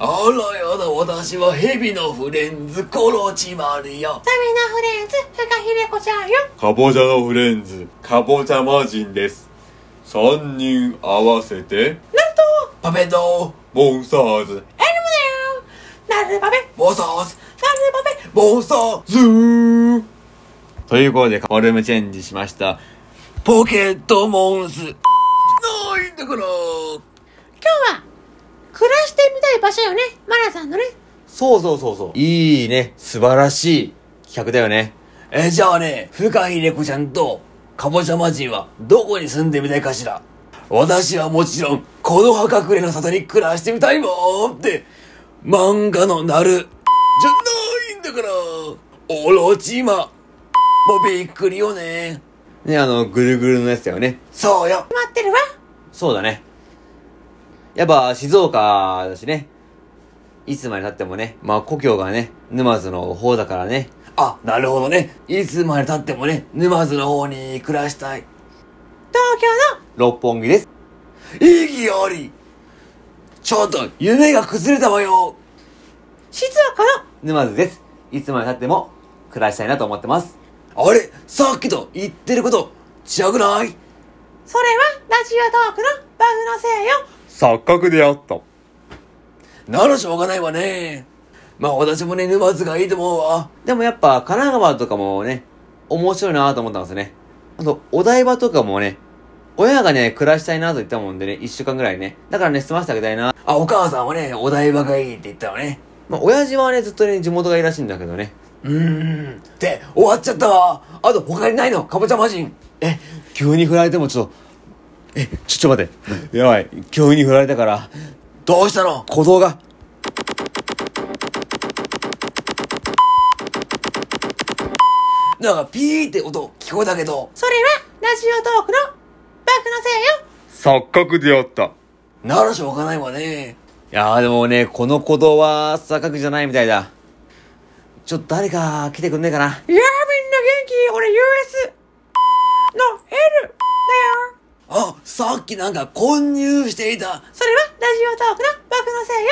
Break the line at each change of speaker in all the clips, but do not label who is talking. あらやだ、私は蛇のフレンズ、コロチマルよ。
ダメなフレンズ、フカヒレコちゃんよ。
かぼちゃのフレンズ、かぼちゃ魔人です。3人合わせて、
ナルト
パペドー、モンスターズ、
エルムだよ。ナルバベ、ナル
モンスターズ、
バベ。
モンスターズーということで、フォルムチェンジしました。ポケットモンス、ないんだから。
今日は、暮らしてみたい場所よね。マラさんのね。
そうそうそうそう。いいね。素晴らしい企画だよね。え、じゃあね、深井レ子ちゃんと、かぼちゃ魔人は、どこに住んでみたいかしら。私はもちろん、この葉隠れの里に暮らしてみたいもんって、漫画のなる、じゃないんだから、オロチマ、もびっくりよね。
ね、あの、ぐるぐるのやつだよね。
そうよ。
待ってるわ。
そうだね。やっぱ、静岡だしね。いつまで経ってもね、まあ、故郷がね、沼津の方だからね。
あ、なるほどね。いつまで経ってもね、沼津の方に暮らしたい。
東京の、
六本木です。
意義あり。ちょっと、夢が崩れたわよ。
静岡の、
沼津です。いつまで経っても、暮らしたいなと思ってます。
あれさっきと言ってること違くない
それは、ラジオトークのバグのせいよ。
錯覚であった。
ならしょうがないわね。まあ私もね、沼津がいいと思うわ。
でもやっぱ、神奈川とかもね、面白いなと思ったんですよね。あと、お台場とかもね、親がね、暮らしたいなと言ったもんでね、一週間ぐらいね。だからね、住ませてあげたいな。
あ、お母さんはね、お台場がいいって言ったのね。
まあ、親父はね、ずっとね、地元がいいらしいんだけどね。
うーん。で、終わっちゃったわ。あと他にないのかぼちゃ魔人。
え急に振られてもちょっとえちょちょ待ってやばい急に振られたから
どうしたの
鼓動が
なんかピーって音聞こえたけど。
それは、ラジオトークのバグのせいよ。
錯覚であったい
ならしょうがないわね。
やーでもねこの鼓動は錯覚じゃないみたいだちょっと誰か来てくんねえかない
やーみんな元気俺 US の L だよ
あ、さっきなんか混入していた。
それはラジオトークの僕のせい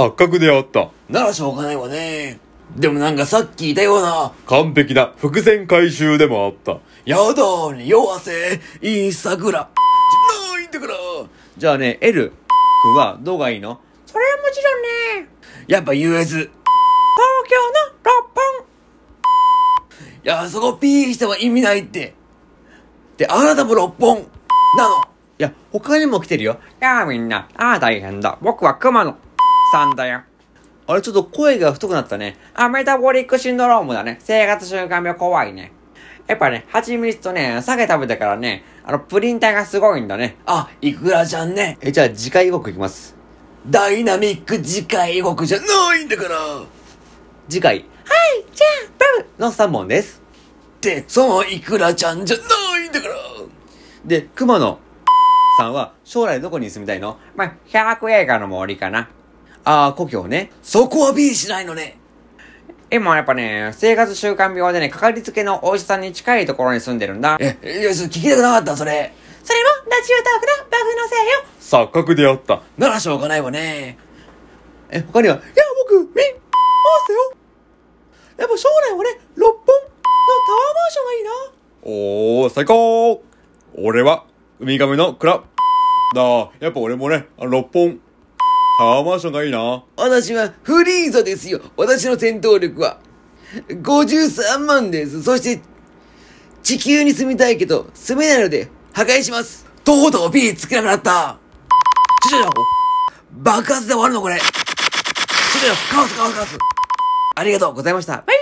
よ
錯覚であった
ならしょうがないわね。でもなんかさっき言ったような、
完璧な伏線回収でもあった
やだに弱せ、いい桜。じゃないんだから。
じゃあね L 君はどうがいいの
それはもちろんね
やっぱ US。
東京の六本
いや、そこピーしても意味ないって。で、あなたも六本。なの。
いや他にも来てるよやーみんなあー大変だ僕は熊野さんだよあれちょっと声が太くなったねあメタボリックシンドロームだね生活習慣病怖いねやっぱね蜂蜜とね酒食べたからねあのプリン体がすごいんだね
あ、いくらちゃんね。
えじゃあ次回予告いきます
ダイナミック次回予告じゃないんだから。
次
は
回
いじゃあバブ
の3本です
で、そのいくらちゃんじゃないんだから。
で熊野さんは将来どこに住みたいのまあ100映画の森かなああ故郷ね
そこはピーしないのね。
今やっぱね、生活習慣病でね、かかりつけのお医者さんに近いところに住んでるんだ。
え、いや、それ聞きたくなかった、それ。
それもラジオトークの僕のせいよ
錯覚であった。
ならしょうがないわね。
え、他には、いや、僕、みん、回すよ。やっぱ将来はね、六本のタワーマンションがいいな。おー、最高俺は、ウミガメの蔵。だやっぱ俺もね、六本、タワーマンションがいいな。
私はフリーザですよ。私の戦闘力は。53万です。そして、地球に住みたいけど、住めないので、破壊します。とうとう B つけなくなった。ちょちょちょ。爆発で終わるのこれ。ちょちょちょ、カオスカオスカオス。ありがとうございました。
バイバイ